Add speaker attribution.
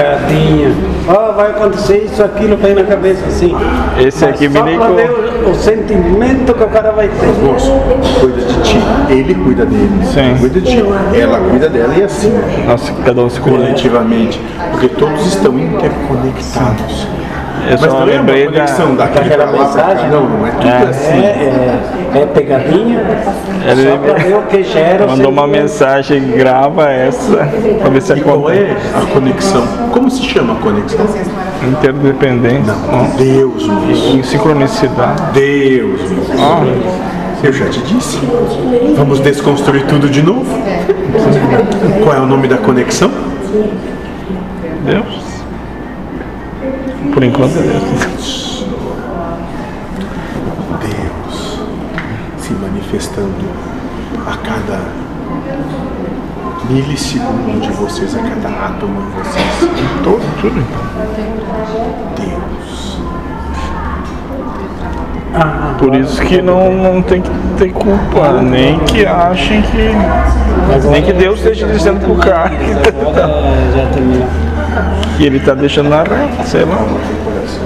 Speaker 1: pegadinha. Ó, vai acontecer isso, aquilo, vem na cabeça assim.
Speaker 2: Esse
Speaker 1: Mas
Speaker 2: aqui me
Speaker 1: só pra
Speaker 2: ligou.
Speaker 1: ver o, o sentimento que o cara vai ter.
Speaker 3: Moço, cuida de ti. Ele cuida dele.
Speaker 2: Sim.
Speaker 3: Cuida de ti. Ela cuida dela e assim,
Speaker 2: Nossa, cada um se cuida.
Speaker 3: coletivamente. Porque todos estão interconectados.
Speaker 2: Eu só
Speaker 3: Mas não é uma
Speaker 2: lembrei da.
Speaker 3: conexão daquele
Speaker 1: daquela
Speaker 3: pra lá pra cá.
Speaker 1: mensagem.
Speaker 3: Não, não é tudo
Speaker 2: É.
Speaker 3: assim.
Speaker 1: É, é, é pegadinha,
Speaker 2: Ele
Speaker 1: só pra ver o que gera o
Speaker 2: Mandou uma
Speaker 1: sentimento.
Speaker 2: mensagem, grava essa, pra ver se
Speaker 3: E qual
Speaker 2: acontece.
Speaker 3: é a conexão? Como se chama a conexão?
Speaker 2: Interdependência. Ó,
Speaker 3: Deus, moço.
Speaker 2: Em sincronicidade.
Speaker 3: Deus, moço. Eu já te disse. Vamos desconstruir tudo de novo? Qual é o nome da conexão?
Speaker 2: Deus. Por enquanto é Deus.
Speaker 3: Deus se manifestando a cada milissegundo de vocês, a cada átomo de vocês. Em todo, tudo. Deus.
Speaker 2: Por isso que não, não tem que ter culpa, nem que achem que. nem que Deus esteja dizendo pro cara
Speaker 1: Agora já terminou.
Speaker 2: que ele tá deixando na reta, sei lá.